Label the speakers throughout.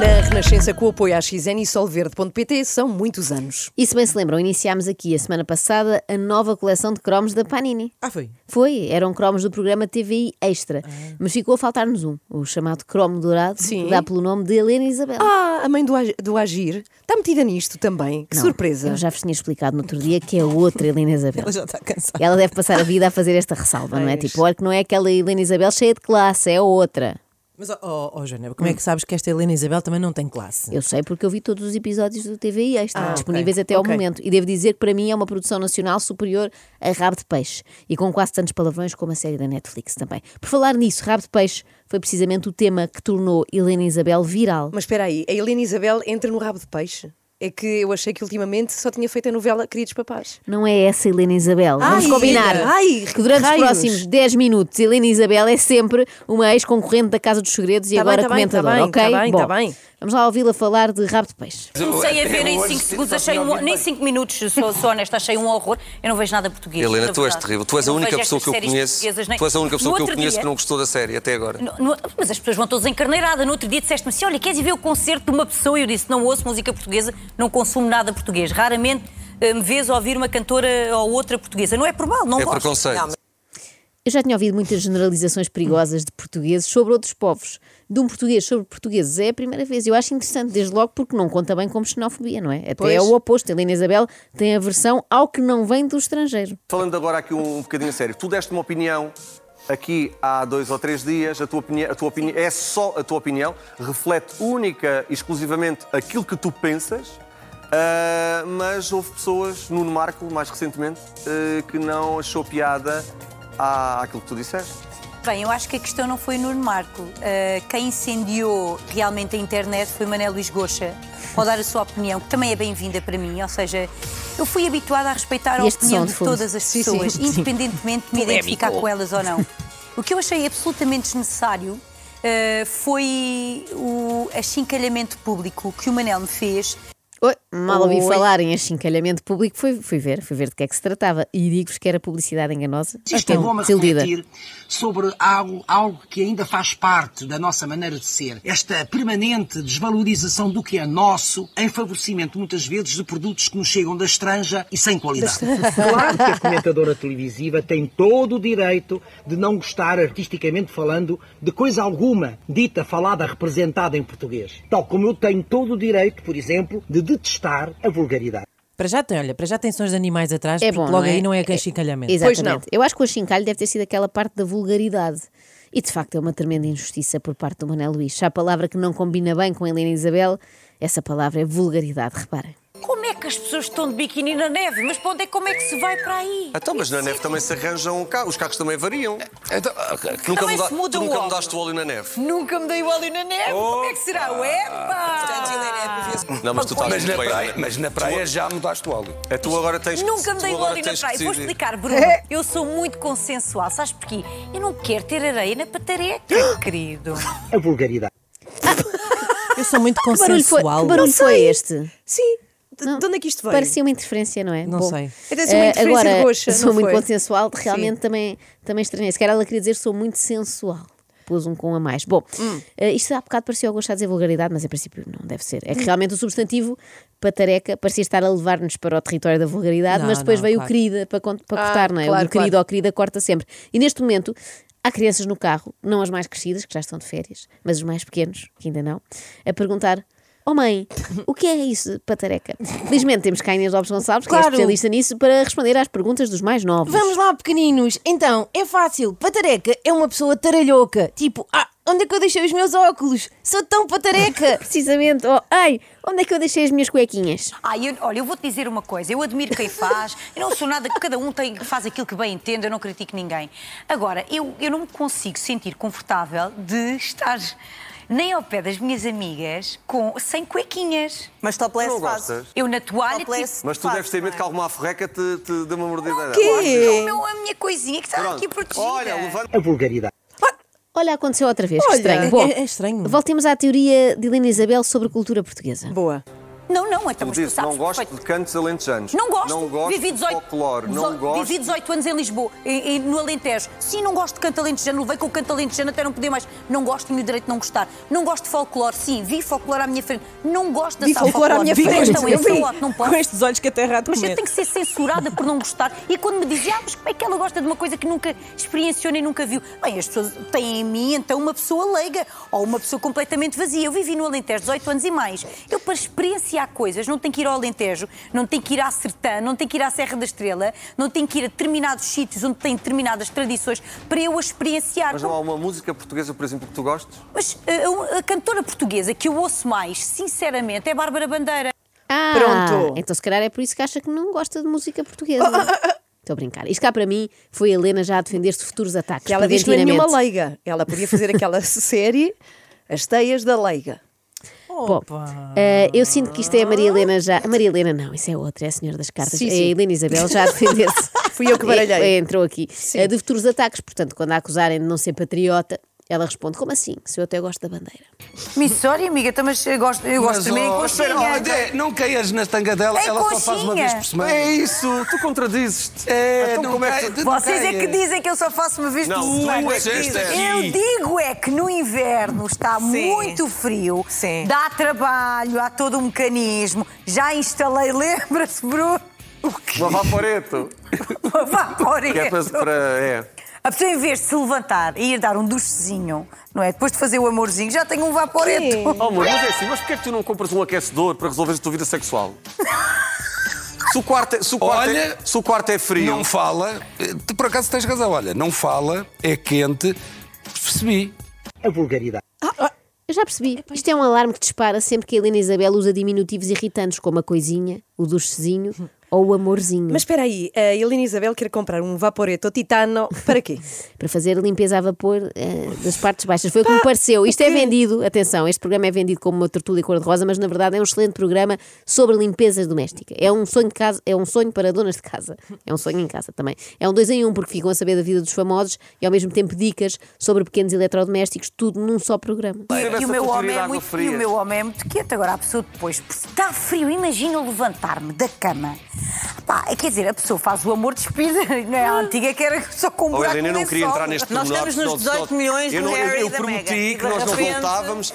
Speaker 1: Renascença com o apoio à XN e Solverde.pt são muitos anos.
Speaker 2: E se bem se lembram, iniciámos aqui a semana passada a nova coleção de cromos da Panini.
Speaker 3: Ah, foi.
Speaker 2: Foi, eram cromos do programa TVI Extra, mas ficou a faltar-nos um, o chamado cromo dourado,
Speaker 1: Ah. Sim.
Speaker 2: que dá pelo nome de Helena Isabel.
Speaker 1: Ah, a mãe do, Ag- do Agir está metida nisto também. Que surpresa.
Speaker 2: Eu já vos tinha explicado no outro dia que é outra Helena Isabel.
Speaker 3: Ela já tá está cansada.
Speaker 2: Ela deve passar a vida a fazer esta ressalva, não é?
Speaker 1: Pois.
Speaker 2: Tipo, olha que não é aquela Helena Isabel cheia de classe, é outra.
Speaker 3: Mas, ó, oh, Joana, como é que sabes que esta Helena Isabel também não tem classe?
Speaker 2: Hum. Eu sei porque eu vi todos os episódios do TVI extra,
Speaker 1: Ah,
Speaker 2: disponíveis
Speaker 1: ok,
Speaker 2: até ao
Speaker 1: ok.
Speaker 2: momento. E devo dizer que para mim é uma produção nacional superior a Rabo de Peixe. E com quase tantos palavrões como a série da Netflix também. Por falar nisso, Rabo de Peixe foi precisamente o tema que tornou Helena Isabel viral.
Speaker 1: Mas espera aí, a Helena Isabel entra no rabo de peixe? É que eu achei que ultimamente só tinha feito a novela Queridos Papás.
Speaker 2: Não é essa Helena Isabel. Vamos
Speaker 1: Ai,
Speaker 2: combinar.
Speaker 1: ai,
Speaker 2: que durante
Speaker 1: raios.
Speaker 2: os próximos 10 minutos, Helena Isabel é sempre uma ex-concorrente da Casa dos Segredos e
Speaker 1: Tá bem, tá
Speaker 2: agora
Speaker 1: bem, tá
Speaker 2: comentadora,
Speaker 1: bem,
Speaker 2: ok?
Speaker 1: tá bem,
Speaker 2: Bom,
Speaker 1: tá bem.
Speaker 2: Vamos lá ouvi-la falar de rabo de peixe.
Speaker 4: Comecei a ver em 5 segundos, achei um, nem 5 minutos, sou, sou honesta, achei um horror. Eu não vejo nada português.
Speaker 5: Helena,
Speaker 4: na
Speaker 5: tu és
Speaker 4: verdade.
Speaker 5: terrível. Tu és a
Speaker 4: Eu não
Speaker 5: única
Speaker 4: vejo
Speaker 5: pessoa que
Speaker 4: estas
Speaker 5: eu
Speaker 4: séries
Speaker 5: conheço.
Speaker 4: portuguesas, nem-
Speaker 5: Tu és a única pessoa
Speaker 4: No
Speaker 5: que eu
Speaker 4: outro
Speaker 5: conheço
Speaker 4: dia-
Speaker 5: que não gostou da série até agora. É
Speaker 4: No- no- mas as pessoas vão todas encarneiradas. No outro dia disseste-me assim: olha, queres ir ver o concerto de uma pessoa? E eu disse: não ouço música portuguesa, não consumo nada português. Raramente eh, me vês ouvir uma cantora ou outra portuguesa. Não é por mal, não
Speaker 5: é
Speaker 4: gosto.
Speaker 5: preconceito.
Speaker 3: Não, mas-
Speaker 2: Eu já tinha ouvido muitas generalizações perigosas de portugueses sobre outros povos. De um português sobre portugueses é a primeira vez. Eu acho interessante, desde logo, porque não conta bem como xenofobia, não é? Até
Speaker 1: Pois.
Speaker 2: é o oposto. Helena Isabel tem aversão ao que não vem do estrangeiro.
Speaker 6: Falando agora aqui um, bocadinho a sério, tu deste uma opinião aqui há dois ou três dias, a tua opinião, a tua opinião é só a tua opinião, reflete única e exclusivamente aquilo que tu pensas, ah, mas houve pessoas, Nuno Marco, mais recentemente, ah, que não achou piada à, àquilo que tu disseste.
Speaker 4: Bem, eu acho que a questão não foi o Nuno Marco. Ah, quem incendiou realmente a internet foi Mané Luís Goxa, ao dar a sua opinião, que também é bem-vinda para mim. Ou seja, eu fui habituada a respeitar a
Speaker 2: E este
Speaker 4: opinião
Speaker 2: som
Speaker 4: de
Speaker 2: de fundo.
Speaker 4: todas as
Speaker 1: Sim,
Speaker 4: pessoas,
Speaker 1: sim.
Speaker 4: independentemente de me identificar com elas ou não. O que eu achei absolutamente desnecessário ah, foi o achincalhamento público que o Manel me fez
Speaker 2: Oi, mal ouvi
Speaker 1: Oi.
Speaker 2: falar em achincalhamento público, fui, fui ver, fui ver de que é que se tratava. E digo-vos que era publicidade enganosa. Então,
Speaker 7: Esteve-me a
Speaker 2: desiludida.
Speaker 7: refletir sobre algo, algo que ainda faz parte da nossa maneira de ser. Esta permanente desvalorização do que é nosso em favorecimento, muitas vezes, de produtos que nos chegam da estranja e sem qualidade. Claro que a comentadora televisiva tem todo o direito de não gostar, artisticamente falando, de coisa alguma dita, falada, representada em português. Tal como eu tenho todo o direito, por exemplo, de detestar a vulgaridade.
Speaker 3: Para já tem, olha, para já tem sons de animais atrás,
Speaker 2: É bom,
Speaker 3: porque
Speaker 2: não
Speaker 3: logo
Speaker 2: é?
Speaker 3: aí não é
Speaker 2: É-
Speaker 3: achincalhamento.
Speaker 2: Exatamente.
Speaker 1: Pois não.
Speaker 2: Eu acho que o achincalho deve ter sido aquela parte da vulgaridade. E de facto é uma tremenda injustiça por parte do Mané Luís. Se há palavra que não combina bem com a Helena Isabel, essa palavra é vulgaridade, reparem.
Speaker 4: como é que as pessoas estão de biquíni na neve, mas para onde é, como é que se vai para aí?
Speaker 5: Então, mas na neve também se arranjam um carro. Os carros também variam.
Speaker 8: Então, ok,
Speaker 5: Tu nunca,
Speaker 4: Também se
Speaker 5: tu
Speaker 4: muda o
Speaker 5: nunca
Speaker 4: óleo.
Speaker 5: mudaste o óleo na neve.
Speaker 4: Nunca me dei o óleo na neve. Como é que será? Epa!
Speaker 5: Não, mas tu estás
Speaker 8: mas,
Speaker 6: é
Speaker 5: muito
Speaker 8: na
Speaker 5: bem.
Speaker 8: praia,
Speaker 5: Helena.
Speaker 8: mas na praia já mudaste o óleo.
Speaker 5: É tu agora tens que-
Speaker 4: Nunca me
Speaker 5: tu
Speaker 4: dei o
Speaker 5: agora
Speaker 4: óleo na
Speaker 5: tens que
Speaker 4: praia. Vou
Speaker 5: decidir.
Speaker 4: explicar, Bruno. Eu sou muito consensual. Sabes porquê? Eu não quero ter areia na patareca, querido.
Speaker 7: A vulgaridade.
Speaker 3: Eu sou muito
Speaker 2: Que barulho foi,
Speaker 3: consensual.
Speaker 2: que barulho
Speaker 1: Não sei.
Speaker 2: foi este?
Speaker 1: Sim, de, de onde é que isto veio?
Speaker 2: Parecia uma interferência, não é?
Speaker 3: Não sei.
Speaker 1: Até se uma
Speaker 2: eh,
Speaker 1: interferência
Speaker 2: agora,
Speaker 1: de roxa,
Speaker 2: sou
Speaker 1: não
Speaker 2: muito
Speaker 1: foi?
Speaker 2: consensual, realmente também, também estranhei. Se calhar ela queria dizer sou muito sensual. Pôs um com a mais. Bom,
Speaker 1: Hum.
Speaker 2: eh, isto há bocado parecia ao gostar de dizer vulgaridade, mas em princípio não deve ser. É que realmente o substantivo patareca parecia estar a levar-nos para o território da vulgaridade,
Speaker 3: Não,
Speaker 2: mas depois
Speaker 3: não,
Speaker 2: veio o
Speaker 3: claro.
Speaker 2: querida para, cont- para
Speaker 1: Ah,
Speaker 2: cortar, não é?
Speaker 1: claro,
Speaker 2: o querido
Speaker 1: claro.
Speaker 2: ou querida corta sempre. E neste momento há crianças no carro, não as mais crescidas, que já estão de férias, mas os mais pequenos, que ainda não, a perguntar. Oh mãe, o que é isso de patareca? Felizmente temos cá Inês Lopes Gonçalves, que é
Speaker 9: Claro.
Speaker 2: especialista nisso, para responder às perguntas dos mais novos.
Speaker 9: Vamos lá, pequeninos. Então, é fácil. Patareca é uma pessoa taralhoca. Tipo, ah, onde é que eu deixei os meus óculos? Sou tão patareca.
Speaker 2: Precisamente, oh, ai, onde é que eu deixei as minhas cuequinhas?
Speaker 4: Ah, eu- olha, eu vou-te dizer uma coisa. Eu admiro quem faz. Eu não sou nada... Cada um tem, faz aquilo que bem entende. Eu não critico ninguém. Agora, eu, eu não me consigo sentir confortável de estar... Nem ao pé das minhas amigas com, sem cuequinhas.
Speaker 10: Mas topless
Speaker 6: Não
Speaker 10: faz.
Speaker 6: gostas?
Speaker 4: Eu na toalha, tipo,
Speaker 10: Topless
Speaker 6: Mas tu
Speaker 10: faz,
Speaker 6: deves ter
Speaker 10: não
Speaker 6: medo
Speaker 10: é?
Speaker 6: que alguma aforreca te, te dê uma mordida. Não,
Speaker 4: é o meu- a minha coisinha que está Tá aqui
Speaker 6: Pronto.
Speaker 4: protegida.
Speaker 6: Olha, levanta.
Speaker 7: A vulgaridade.
Speaker 2: Olha, aconteceu outra vez, que É
Speaker 3: Olha,
Speaker 2: estranho. Bom,
Speaker 3: é- é estranho.
Speaker 2: Voltemos à teoria de Helena Isabel sobre cultura portuguesa.
Speaker 1: Boa.
Speaker 4: Não, não, então,
Speaker 6: Tu
Speaker 4: mas tu
Speaker 6: dizes,
Speaker 4: sabes
Speaker 6: não gosto
Speaker 4: perfeito-
Speaker 6: de cantos alentejanos.
Speaker 4: Não gosto.
Speaker 6: Não gosto
Speaker 4: vivi 18,
Speaker 6: de folclore. Não
Speaker 4: dezo-
Speaker 6: gosto.
Speaker 4: Vivi 18 anos em Lisboa, e, e no Alentejo. Sim, não gosto de canto alentejano. Levei com o canto alentejano até não poder mais. Não gosto, tenho o direito de não gostar. Não gosto de folclore. Sim, vi folclore à minha frente. Não gosto da
Speaker 1: Vi folclore à minha frente,
Speaker 4: Então,
Speaker 1: eu
Speaker 4: esse é
Speaker 1: vi.
Speaker 4: o ato, não
Speaker 3: Com
Speaker 4: posso.
Speaker 3: estes olhos que a terra há de
Speaker 4: Mas eu
Speaker 3: comer.
Speaker 4: tenho que ser censurada por não gostar. E quando me dizem, ah, mas como é que ela gosta de uma coisa que nunca experienciou nem nunca viu? Bem, as pessoas têm em mim, então, uma pessoa leiga ou uma pessoa completamente vazia. Eu vivi no Alentejo 18 anos e mais. Eu, para experienciar coisas, não tenho que ir ao Alentejo, não tenho que ir à Sertã, não tenho que ir à Serra da Estrela, não tenho que ir a determinados sítios onde têm determinadas tradições para eu a experienciar.
Speaker 6: Mas não há uma música portuguesa, por exemplo, que tu gostes?
Speaker 4: Mas, eh, a cantora portuguesa que eu ouço mais, sinceramente, é Bárbara Bandeira.
Speaker 2: Ah,
Speaker 1: Pronto.
Speaker 2: Então, se calhar é por isso que acha que não gosta de música portuguesa. Estou a brincar. Isto cá para mim foi a Helena já a defender-se futuros ataques.
Speaker 1: Que ela diz que não é
Speaker 2: repentinamente.
Speaker 1: nenhuma leiga. Ela podia fazer aquela série As Teias da Leiga.
Speaker 2: Bom, eh, eu sinto que isto é a Maria Helena já. A Maria Helena não, isso é outra, é a Senhora das Cartas.
Speaker 1: Sim,
Speaker 2: é
Speaker 1: sim.
Speaker 2: a Helena Isabel já a defender-se.
Speaker 1: Fui eu que baralhei.
Speaker 2: Eh, eh, Entrou aqui. Eh, de futuros ataques, portanto, quando a acusarem de não ser patriota, ela responde: como assim? Se eu até gosto da bandeira.
Speaker 4: Missória, amiga, então, mas eu gosto, eu gosto também é
Speaker 8: oh,
Speaker 4: com
Speaker 8: espera, oh, Adé, não caias na estanga dela,
Speaker 4: Em
Speaker 8: ela só faz uma
Speaker 4: coxinha.
Speaker 8: vez por semana.
Speaker 6: É isso, tu contradizes-te.
Speaker 8: É,
Speaker 6: então
Speaker 8: não
Speaker 6: como é
Speaker 8: cai-
Speaker 6: que tu...
Speaker 8: não
Speaker 4: Vocês é que
Speaker 8: caias.
Speaker 4: dizem que eu só faço uma vez por
Speaker 6: Não, tu
Speaker 4: semana.
Speaker 6: é que dizes.
Speaker 4: Eu digo é que no inverno está
Speaker 3: Sim.
Speaker 4: muito frio,
Speaker 3: Sim.
Speaker 4: dá trabalho, há todo um mecanismo. Já instalei, lembra-se, Bruno? O que?
Speaker 6: Uma vaporeto.
Speaker 4: Vá por
Speaker 6: Que é para...
Speaker 4: isso.
Speaker 6: para- é.
Speaker 4: A pessoa, em vez de se levantar e ir dar um duchezinho, não é? Depois de fazer o amorzinho, já tem um vaporeto.
Speaker 6: Oh, amor, mas é assim, mas porquê é que tu não compras um aquecedor para resolveres a tua vida sexual? Se o quarto é, se o quarto é-
Speaker 8: Olha,
Speaker 6: se o quarto é frio,
Speaker 8: Não fala, eh, tu por acaso tens razão, olha, não fala, é quente, percebi.
Speaker 7: A vulgaridade.
Speaker 2: Eu já percebi. Isto é um alarme que dispara sempre que a Helena Isabel usa diminutivos irritantes, como a coisinha, o duchezinho
Speaker 1: Hum.
Speaker 2: ou o amorzinho.
Speaker 1: Mas espera aí, a Helena Isabel quer comprar um Vaporeto Titano para quê?
Speaker 2: para fazer limpeza a vapor eh, das partes baixas. Foi o que me pareceu. Isto é vendido, atenção, este programa é vendido como uma tertúlia cor-de-rosa, mas na verdade é um excelente programa sobre limpeza doméstica. É um sonho de casa, é um sonho para donas de casa. É um sonho em casa também. É um dois em um porque ficam a saber da vida dos famosos e ao mesmo tempo dicas sobre pequenos eletrodomésticos, tudo num só programa.
Speaker 6: Tira
Speaker 4: E
Speaker 6: essa
Speaker 4: o, meu
Speaker 6: porcaria
Speaker 4: homem
Speaker 6: de
Speaker 4: é
Speaker 6: água
Speaker 4: muito,
Speaker 6: fria.
Speaker 4: e o meu homem é muito quente. Agora a pessoa depois, porque está frio, imagina eu levantar-me da cama. Pá, é, quer dizer, a pessoa faz o amor despido, não é? A antiga que era só com um
Speaker 6: Oh,
Speaker 4: buraco
Speaker 6: Helena, eu
Speaker 4: no
Speaker 6: não queria
Speaker 4: lençol.
Speaker 6: entrar neste
Speaker 10: Nós
Speaker 6: pormenor,
Speaker 10: estamos nos
Speaker 6: senão-
Speaker 10: 18 milhões de
Speaker 6: eu, não- eu-
Speaker 10: Harry
Speaker 6: eu
Speaker 10: e da
Speaker 6: prometi
Speaker 10: Meghan.
Speaker 6: que nós não
Speaker 10: De repente-
Speaker 6: voltávamos.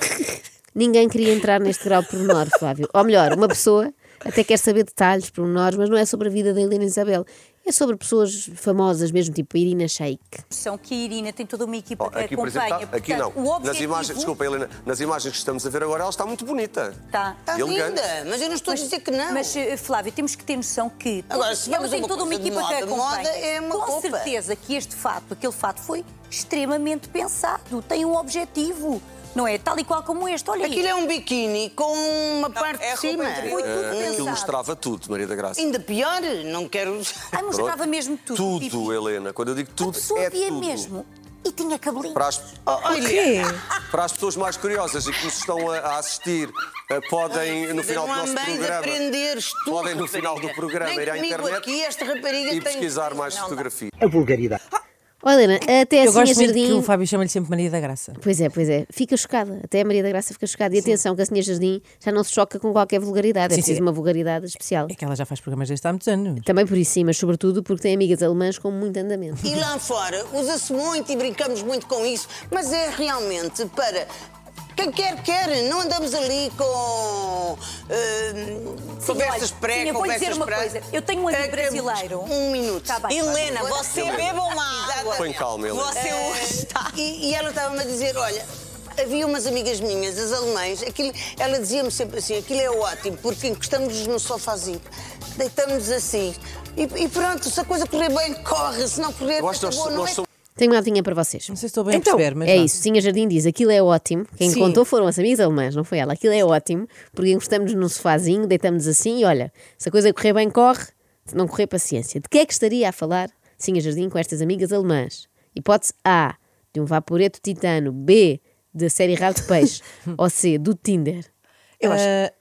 Speaker 2: Ninguém queria entrar neste grau de pormenor, Flávio. Ou melhor, uma pessoa até quer saber detalhes, pormenores, mas não é sobre a vida da Helena Isabel. É sobre pessoas famosas mesmo, tipo a Irina Shayk.
Speaker 4: São que a Irina tem toda uma equipa
Speaker 6: Oh,
Speaker 4: que a
Speaker 6: aqui, por
Speaker 4: acompanha.
Speaker 6: exemplo, está- aqui não.
Speaker 4: Portanto, O
Speaker 6: Nas
Speaker 4: objetivo
Speaker 6: imagens, desculpa, Helena, nas imagens que estamos a ver agora, ela está muito bonita.
Speaker 4: Está.
Speaker 10: Está
Speaker 6: Elegante.
Speaker 10: Tá linda, mas eu não estou a dizer que não.
Speaker 4: Mas, eh, Flávia, temos que ter noção que
Speaker 10: Agora,
Speaker 4: todos-
Speaker 10: se vamos
Speaker 4: ela
Speaker 10: a
Speaker 4: tem
Speaker 10: uma
Speaker 4: toda uma
Speaker 10: coisa de
Speaker 4: equipa que a
Speaker 10: moda,
Speaker 4: acompanha.
Speaker 10: moda é uma
Speaker 4: Com
Speaker 10: roupa.
Speaker 4: certeza que este fato, aquele fato, foi extremamente pensado, tem um objetivo, não é? Tal e qual como este. Olha,
Speaker 10: Aquilo é um biquíni com uma parte
Speaker 4: é
Speaker 10: de cima.
Speaker 4: roupa interior. Muito
Speaker 6: Eh,
Speaker 4: pensado.
Speaker 6: aquilo mostrava tudo, Maria da Graça.
Speaker 10: Ainda pior,
Speaker 1: é-
Speaker 10: não quero.
Speaker 4: Ai, mostrava Ah, mesmo tudo.
Speaker 6: Tudo, Helena. Quando eu digo
Speaker 4: A
Speaker 6: tudo,
Speaker 4: pessoa
Speaker 6: é
Speaker 4: via
Speaker 6: tudo.
Speaker 4: mesmo. E tinha cabelinho.
Speaker 6: Para as,
Speaker 1: Oh,
Speaker 6: ah,
Speaker 1: Quê?
Speaker 6: para as pessoas mais curiosas e que nos estão a, a assistir, eh, podem, no final do
Speaker 10: não há
Speaker 6: nosso
Speaker 10: bem de
Speaker 6: programa,
Speaker 10: aprender estúpido.
Speaker 6: podem, no final do programa,
Speaker 10: Nem
Speaker 6: ir à
Speaker 10: comigo
Speaker 6: internet
Speaker 10: aqui, esta rapariga
Speaker 6: e
Speaker 10: tem-
Speaker 6: pesquisar mais
Speaker 10: Não dá.
Speaker 6: fotografias.
Speaker 7: A vulgaridade.
Speaker 2: Oh, Helena, até
Speaker 3: Eu
Speaker 2: assim a
Speaker 3: gosto muito
Speaker 2: Jardim.
Speaker 3: que o Fábio chama-lhe sempre Maria da Graça.
Speaker 2: Pois é, pois é. Fica chocada. Até a Maria da Graça fica chocada. E atenção, que a Senhora Jardim já não se choca com qualquer vulgaridade. é
Speaker 3: Sim,
Speaker 2: preciso
Speaker 3: sim.
Speaker 2: uma vulgaridade especial.
Speaker 3: É que ela já faz programas desde há muitos anos.
Speaker 2: Também por isso, sim, mas sobretudo porque tem amigas alemãs com muito andamento.
Speaker 10: E lá fora usa-se muito e brincamos muito com isso, mas é realmente para. Quem quer, quer. Não andamos ali com. eh, conversas
Speaker 4: olha,
Speaker 10: pré,
Speaker 4: sim, eu vou
Speaker 10: conversas
Speaker 4: dizer uma
Speaker 10: pré.
Speaker 4: coisa. Eu tenho um amigo
Speaker 10: Acabamos.
Speaker 4: brasileiro.
Speaker 10: Um minuto.
Speaker 4: Tá bem. Helena, você
Speaker 10: beba uma água.
Speaker 6: Põe calma, Helena.
Speaker 10: Você
Speaker 4: É,
Speaker 10: hoje está. E, e ela estava-me a dizer: olha. Havia umas amigas minhas, as alemães, aquilo, ela dizia-me sempre assim: aquilo é ótimo, porque encostamos-nos no sofazinho, deitamos-nos assim, e, e pronto, se a coisa correr bem, corre, se não correr,
Speaker 6: Eu acho que nós,
Speaker 10: acabou, não
Speaker 6: nós
Speaker 10: é
Speaker 6: somos
Speaker 2: Tenho uma notinha para vocês.
Speaker 3: Não sei se estou bem
Speaker 1: Então,
Speaker 3: a perceber, mas.
Speaker 2: é
Speaker 3: vá.
Speaker 2: isso, Sinha Jardim diz, aquilo é ótimo. Quem
Speaker 1: Sim.
Speaker 2: contou foram as amigas alemãs, não foi ela. Aquilo é ótimo, porque encostamos num sofazinho, deitamos assim e olha, se a coisa correr bem, corre, se não correr, paciência. De que é que estaria a falar Sinha Jardim com estas amigas alemãs? Hipótese A, de um vaporeto titano, B, da série Rabo de Peixe, ou C, do Tinder.
Speaker 1: Eu acho,
Speaker 3: Ah,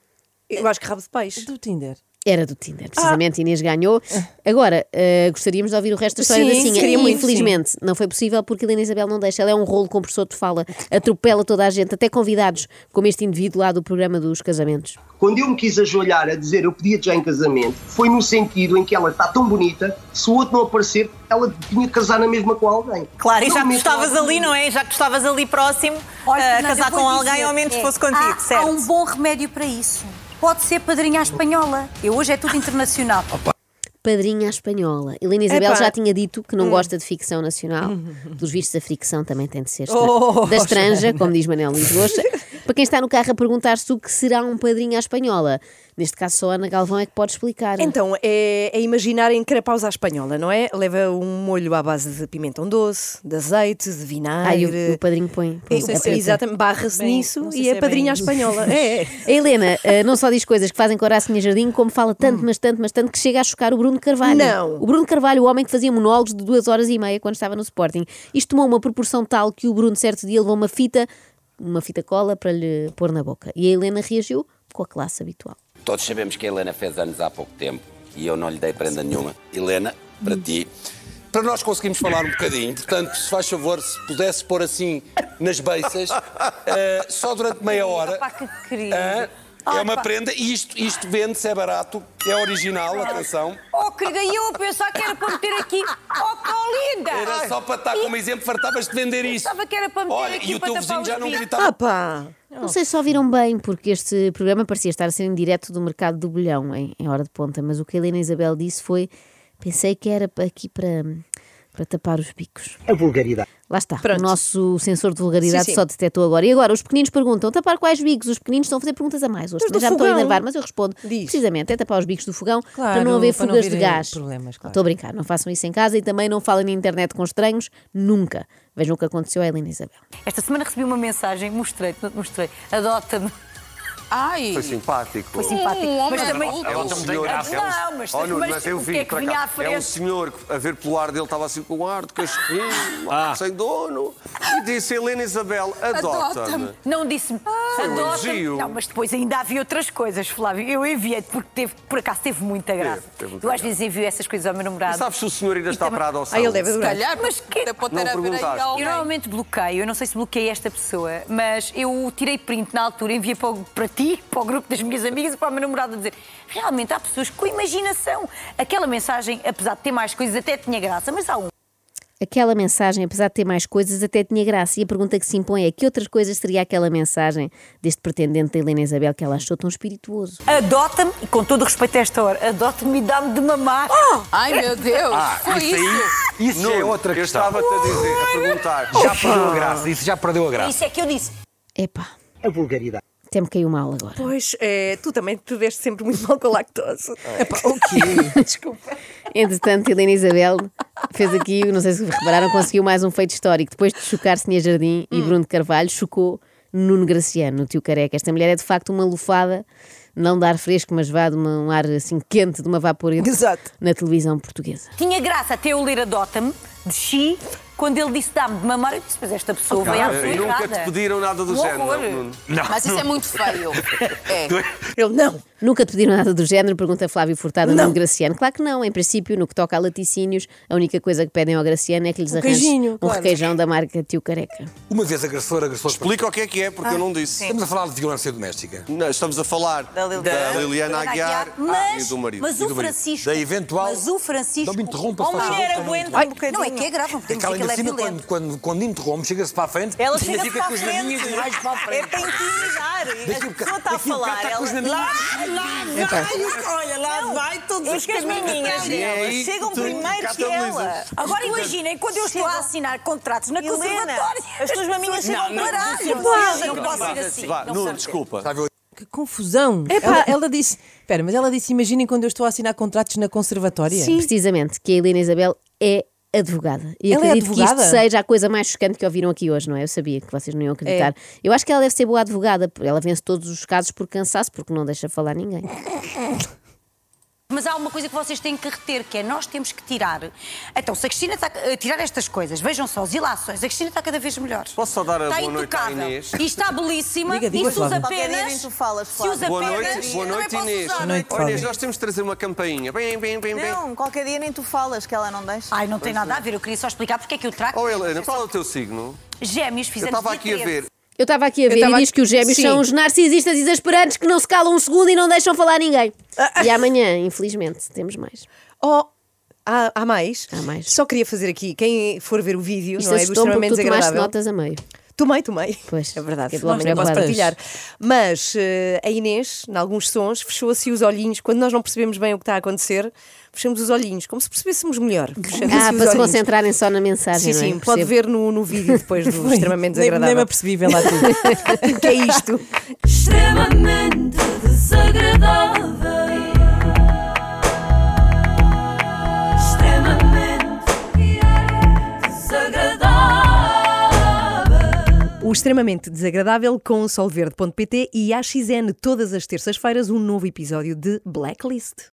Speaker 1: Eh, eu acho que rabo de peixe.
Speaker 3: do Tinder.
Speaker 2: Era do
Speaker 1: Ah.
Speaker 2: Tinder, precisamente, Inês ganhou. Agora, eh, gostaríamos de ouvir o resto da história
Speaker 1: Sim,
Speaker 2: da Sinha.
Speaker 1: queria muito,
Speaker 2: Infelizmente, não foi possível porque a Helena Isabel não deixa. Ela é um rolo compressor de fala, atropela toda a gente, até convidados, como este indivíduo lá do programa dos casamentos.
Speaker 11: Quando eu me quis ajoelhar a dizer eu pedia-te já em casamento, foi no sentido em que ela está tão bonita, se o outro não aparecer, ela tinha que casar na mesma com alguém.
Speaker 12: Claro, e já
Speaker 11: Não
Speaker 12: que tu
Speaker 11: me
Speaker 12: estavas
Speaker 11: falaram
Speaker 12: ali, não é? Já que tu estavas ali próximo, ah,
Speaker 4: Fernanda,
Speaker 12: casar
Speaker 4: eu vou
Speaker 12: com
Speaker 4: dizer,
Speaker 12: alguém, ao menos
Speaker 4: é,
Speaker 12: fosse contigo,
Speaker 4: há,
Speaker 12: certo?
Speaker 4: Há um bom remédio para isso. Pode ser padrinha à espanhola. Eu hoje é tudo internacional.
Speaker 2: Padrinha à espanhola. Helena Isabel
Speaker 4: Epá.
Speaker 2: já tinha dito que não
Speaker 4: Hum.
Speaker 2: gosta de ficção nacional. Dos vistos, a ficção também tem de ser estra-
Speaker 9: Oh,
Speaker 2: da estranja,
Speaker 9: Joana.
Speaker 2: como diz Manel Luís Gosta. Para quem está no carro a perguntar-se o que será um padrinho à espanhola. Neste caso, só a Ana Galvão é que pode explicar.
Speaker 1: Então, é, é imaginar em carapaus à espanhola, não é? Leva um molho à base de pimentão doce, de azeite, de
Speaker 2: Aí
Speaker 1: vinagre.
Speaker 2: o, o padrinho põe. põe
Speaker 1: É,
Speaker 2: a preta.
Speaker 1: Exatamente, barra-se
Speaker 2: Bem,
Speaker 1: nisso
Speaker 2: não sei
Speaker 1: e
Speaker 2: se
Speaker 1: é,
Speaker 2: é
Speaker 1: padrinha à
Speaker 2: bem-
Speaker 1: espanhola. É, é.
Speaker 2: A Helena eh, não só diz coisas que fazem corar a Sinha Jardim, como fala tanto, mas tanto, mas tanto, que chega a chocar o Bruno Carvalho.
Speaker 1: Não.
Speaker 2: O Bruno Carvalho, o homem que fazia monólogos de duas horas e meia quando estava no Sporting. Isto tomou uma proporção tal que o Bruno, certo dia, levou uma fita, uma fita cola para lhe pôr na boca. E a Helena reagiu com a classe habitual.
Speaker 13: Todos sabemos que a Helena fez anos há pouco tempo e eu não lhe dei prenda nenhuma. Helena, para ti,
Speaker 8: Para nós conseguirmos falar um bocadinho, portanto, se faz favor, se pudesse pôr assim nas beiças, eh, só durante meia hora.
Speaker 4: Pá, que querido.
Speaker 8: Hã?
Speaker 4: Ai,
Speaker 8: é uma
Speaker 4: pá.
Speaker 8: prenda, e isto, isto vende-se, é barato, é original, atenção.
Speaker 4: Oh, querida, e eu a pensar que era para meter aqui. Oh, que linda!
Speaker 8: Era só para estar como exemplo, fartavas de vender isto.
Speaker 4: Pensava que era para meter
Speaker 8: Olha,
Speaker 4: aqui
Speaker 8: e o
Speaker 4: para
Speaker 8: teu
Speaker 4: tapar
Speaker 8: vizinho
Speaker 4: os
Speaker 8: já não
Speaker 4: pinos.
Speaker 2: Ah,
Speaker 8: gritava.
Speaker 2: Não sei se ouviram bem, porque este programa parecia estar a ser em direto do mercado do bolhão, em, em hora de ponta, mas o que a Helena Isabel disse foi: pensei que era pa- aqui para, para tapar os bicos.
Speaker 7: A vulgaridade.
Speaker 2: Lá está, o nosso sensor de vulgaridade
Speaker 7: Sim, sim.
Speaker 2: só detectou agora. E agora, os pequeninos perguntam: "Então, tapar quais bicos? Os pequeninos estão a fazer perguntas a mais hoje.
Speaker 1: Mas do
Speaker 2: também já me estou a
Speaker 1: fogão.
Speaker 2: enervar, mas eu respondo: precisamente, é tapar os bicos do fogão para
Speaker 3: Claro,
Speaker 2: não haver
Speaker 3: para não
Speaker 2: fugas de
Speaker 3: haver, eh,
Speaker 2: gás.
Speaker 3: problemas, claro.
Speaker 2: Estou a brincar, não façam isso em casa e também não falem na internet com estranhos, nunca. Vejam o que aconteceu à Helena Isabel.
Speaker 4: Esta semana recebi uma mensagem, mostrei-te, não te mostrei. Adota-me. Ai!
Speaker 6: Foi simpático.
Speaker 4: Foi simpático.
Speaker 6: Hum,
Speaker 4: mas
Speaker 6: olha,
Speaker 4: também.
Speaker 6: É um senhor. é um-
Speaker 4: Não, mas,
Speaker 6: Oh, Nuno,
Speaker 4: mas,
Speaker 6: mas eu
Speaker 4: o
Speaker 6: vi
Speaker 4: que é que
Speaker 6: para
Speaker 4: vinha
Speaker 6: cá.
Speaker 4: à frente?
Speaker 6: É um senhor que, a ver pelo ar dele, estava assim com o ar de cachorrinho, um sem dono. E disse: Helena Isabel, adota-me.
Speaker 4: Não disse-me.
Speaker 6: Foi um
Speaker 4: Adota-me.
Speaker 6: elogio.
Speaker 4: Ah, Não, mas depois ainda havia outras coisas, Flávio. Eu enviei-te porque teve, por acaso teve muita graça.
Speaker 6: teve muita
Speaker 4: eu às vezes envio essas coisas ao meu namorado.
Speaker 6: E sabes se o senhor ainda está para a adoção?
Speaker 4: mas que...
Speaker 6: ter Não havido aí perguntaste. alguém.
Speaker 4: Eu normalmente bloqueio, eu não sei se bloqueei esta pessoa, mas eu tirei print na altura, enviei para, o- para ti, para o grupo das minhas amigas e para o meu namorado a dizer realmente há pessoas com imaginação. Aquela mensagem, apesar de ter mais coisas, até tinha graça, mas há um.
Speaker 2: Aquela mensagem, apesar de ter mais coisas, até tinha graça. E a pergunta que se impõe é: que outras coisas teria aquela mensagem deste pretendente da Helena Isabel que ela achou tão espirituoso?
Speaker 4: Adota-me, e com todo o respeito a esta hora, adota-me e dá-me de mamar.
Speaker 14: Ai, meu Deus, Ah, foi isso aí- isso?
Speaker 6: Isso é outra questão. Eu estava-te a dizer, a perguntar.
Speaker 14: Já
Speaker 6: Opa!
Speaker 14: perdeu a graça, isso já perdeu a graça.
Speaker 4: Isso é que eu disse.
Speaker 2: Epá,
Speaker 7: A vulgaridade.
Speaker 2: até me caiu mal agora.
Speaker 1: Pois, é, tu também te veste sempre muito mal com a lactose. Desculpa.
Speaker 2: Entretanto, Helena Isabel fez aqui, não sei se repararam, conseguiu mais um feito histórico. Depois de chocar Sinha Jardim
Speaker 3: Hum.
Speaker 2: e Bruno de Carvalho, chocou Nuno Graciano, o tio careca. Esta mulher é de facto uma lufada, não de ar fresco, mas vá de uma- um ar assim quente, de uma vaporeta na televisão portuguesa.
Speaker 4: Tinha graça até eu ler Adota-me, de Xi, quando ele disse dá-me de mamar, eu disse, mas esta pessoa
Speaker 6: Cara,
Speaker 4: veio à pessoa
Speaker 6: e nunca
Speaker 4: errada.
Speaker 6: te pediram nada do
Speaker 4: Um horror.
Speaker 6: género, Nuno.
Speaker 14: Mas isso é muito feio. É.
Speaker 1: Ele não.
Speaker 2: Nunca te pediram nada do género? Pergunta Flávio Furtado não. Nuno Graciano. Claro que não. Em princípio, no que toca a laticínios, a única coisa que pedem ao Graciano é que lhes
Speaker 3: Um
Speaker 2: arranjes
Speaker 3: queijinho,
Speaker 2: um
Speaker 3: claro.
Speaker 2: requeijão da marca Tio Careca.
Speaker 8: Uma vez agressor, agressor.
Speaker 6: Explica o que é que é, porque
Speaker 4: Ah,
Speaker 6: eu não disse.
Speaker 8: Estamos a falar de violência doméstica.
Speaker 6: Não, estamos a falar da Liliana, Aguiar ah,
Speaker 4: Mas,
Speaker 6: e do marido.
Speaker 4: mas
Speaker 6: E
Speaker 4: o
Speaker 6: do marido.
Speaker 4: Francisco. Mas o Francisco. Não me
Speaker 8: interrompa, se faz favor. um
Speaker 4: Ai, Não, é que é grave, não
Speaker 8: É
Speaker 4: podemos
Speaker 8: que
Speaker 4: dizer que
Speaker 8: ela
Speaker 4: ele
Speaker 8: ainda
Speaker 4: é
Speaker 8: cima,
Speaker 4: violento.
Speaker 8: quando, quando, quando interrompe, chega-se para a frente,
Speaker 14: Ela
Speaker 8: ainda
Speaker 14: chega
Speaker 8: fica
Speaker 14: para
Speaker 8: com
Speaker 14: a
Speaker 8: os
Speaker 14: frente.
Speaker 8: naninhos mais para a frente.
Speaker 14: É para intimidar.
Speaker 8: Daqui a
Speaker 14: a
Speaker 8: bocado-
Speaker 14: pessoa está a
Speaker 8: daqui a
Speaker 14: falar.
Speaker 8: um bocado está com os
Speaker 14: Ela,
Speaker 8: naninhos.
Speaker 14: lá,
Speaker 8: Epá.
Speaker 14: lá, vai, olha, lá vai todos os
Speaker 4: que as
Speaker 14: caminhinhos
Speaker 4: meninas
Speaker 14: dela.
Speaker 4: um
Speaker 14: Chegam primeiro que ela.
Speaker 4: Agora imaginem, quando eu estou a assinar contratos na
Speaker 14: Helena,
Speaker 4: conservatória,
Speaker 14: as tuas maminhas chegam ao baralho.
Speaker 4: Não posso ir assim.
Speaker 6: Vá,
Speaker 4: Não
Speaker 6: Nuno,
Speaker 4: serve.
Speaker 6: desculpa.
Speaker 3: Que confusão! Ela, ela disse. Espera, mas ela disse: imaginem quando eu estou a assinar contratos na conservatória.
Speaker 2: Precisamente, que a Helena Isabel é advogada. E
Speaker 3: Ela é
Speaker 2: acredito que isto
Speaker 3: advogada?
Speaker 2: seja a coisa mais chocante que ouviram aqui hoje, não é? Eu sabia que vocês não iam
Speaker 1: É.
Speaker 2: acreditar. Eu acho que ela deve ser boa advogada. Ela vence todos os casos por cansaço, porque não deixa falar ninguém.
Speaker 4: mas há uma coisa que vocês têm que reter, que é nós temos que tirar. Então, se a Cristina está a tirar estas coisas, vejam só, as ilações, a Cristina está cada vez melhor.
Speaker 6: Posso só dar a
Speaker 4: Está
Speaker 6: boa noite à
Speaker 4: intocável.
Speaker 6: Inês?
Speaker 4: E está belíssima.
Speaker 6: Diga, diga,
Speaker 4: e se usa
Speaker 6: Flávia.
Speaker 14: Qualquer dia
Speaker 4: apenas.
Speaker 14: nem tu falas,
Speaker 4: se usa
Speaker 14: Flávia.
Speaker 6: Boa
Speaker 4: apenas.
Speaker 6: noite, boa
Speaker 14: Então, também
Speaker 6: noite
Speaker 14: posso
Speaker 6: Inês.
Speaker 14: usar, Boa noite,
Speaker 6: Olha, Inês,
Speaker 14: Flávia.
Speaker 6: nós temos de trazer uma campainha. Bem, bem, bem, bem.
Speaker 14: Não, qualquer dia nem tu falas que ela não deixa.
Speaker 4: Ai, não tem nada a ver, eu queria só explicar porque é que eu trago.
Speaker 6: Oh, Helena, qual é o teu signo?
Speaker 4: Gêmeos,
Speaker 6: Eu
Speaker 4: fizemos
Speaker 6: estava
Speaker 4: dia
Speaker 6: aqui a
Speaker 4: 13.
Speaker 6: ver.
Speaker 2: Eu estava aqui a
Speaker 6: Eu
Speaker 2: ver e
Speaker 6: estava
Speaker 2: diz que os gêmeos
Speaker 6: Sim.
Speaker 2: são os narcisistas exasperantes que não se calam um segundo e não deixam falar ninguém.
Speaker 1: Ah.
Speaker 2: E amanhã, infelizmente, temos mais.
Speaker 1: Oh, há, há mais?
Speaker 2: Há mais.
Speaker 1: Só queria fazer aqui, quem for ver o vídeo,
Speaker 2: Isto
Speaker 1: não é? Do
Speaker 2: assustou-me porque
Speaker 1: extremamente
Speaker 2: tu tomaste
Speaker 1: desagradável.
Speaker 2: notas a meio.
Speaker 1: Tomei, tomei.
Speaker 2: Pois,
Speaker 1: é verdade.
Speaker 2: fiquei do
Speaker 1: Não
Speaker 2: homem da
Speaker 1: posso
Speaker 2: quadra.
Speaker 1: partilhar. Mas eh, a Inês, em alguns sons, fechou assim os olhinhos. Quando nós não percebemos bem o que está a acontecer, fechamos os olhinhos, como se percebêssemos melhor. Fechamos
Speaker 2: Ah,
Speaker 1: assim os
Speaker 2: para se
Speaker 1: olhinhos.
Speaker 2: concentrarem só na mensagem.
Speaker 1: Sim,
Speaker 2: não é?
Speaker 1: sim, pode
Speaker 2: Percebo.
Speaker 1: ver no, no vídeo depois do extremamente
Speaker 3: Nem-
Speaker 1: desagradável.
Speaker 2: é
Speaker 3: nem me apercebi, vê lá
Speaker 1: tudo. que é isto?
Speaker 15: extremamente desagradável. Extremamente desagradável.
Speaker 1: O extremamente desagradável com solverde.pt e AXN todas as terças-feiras um novo episódio de Blacklist.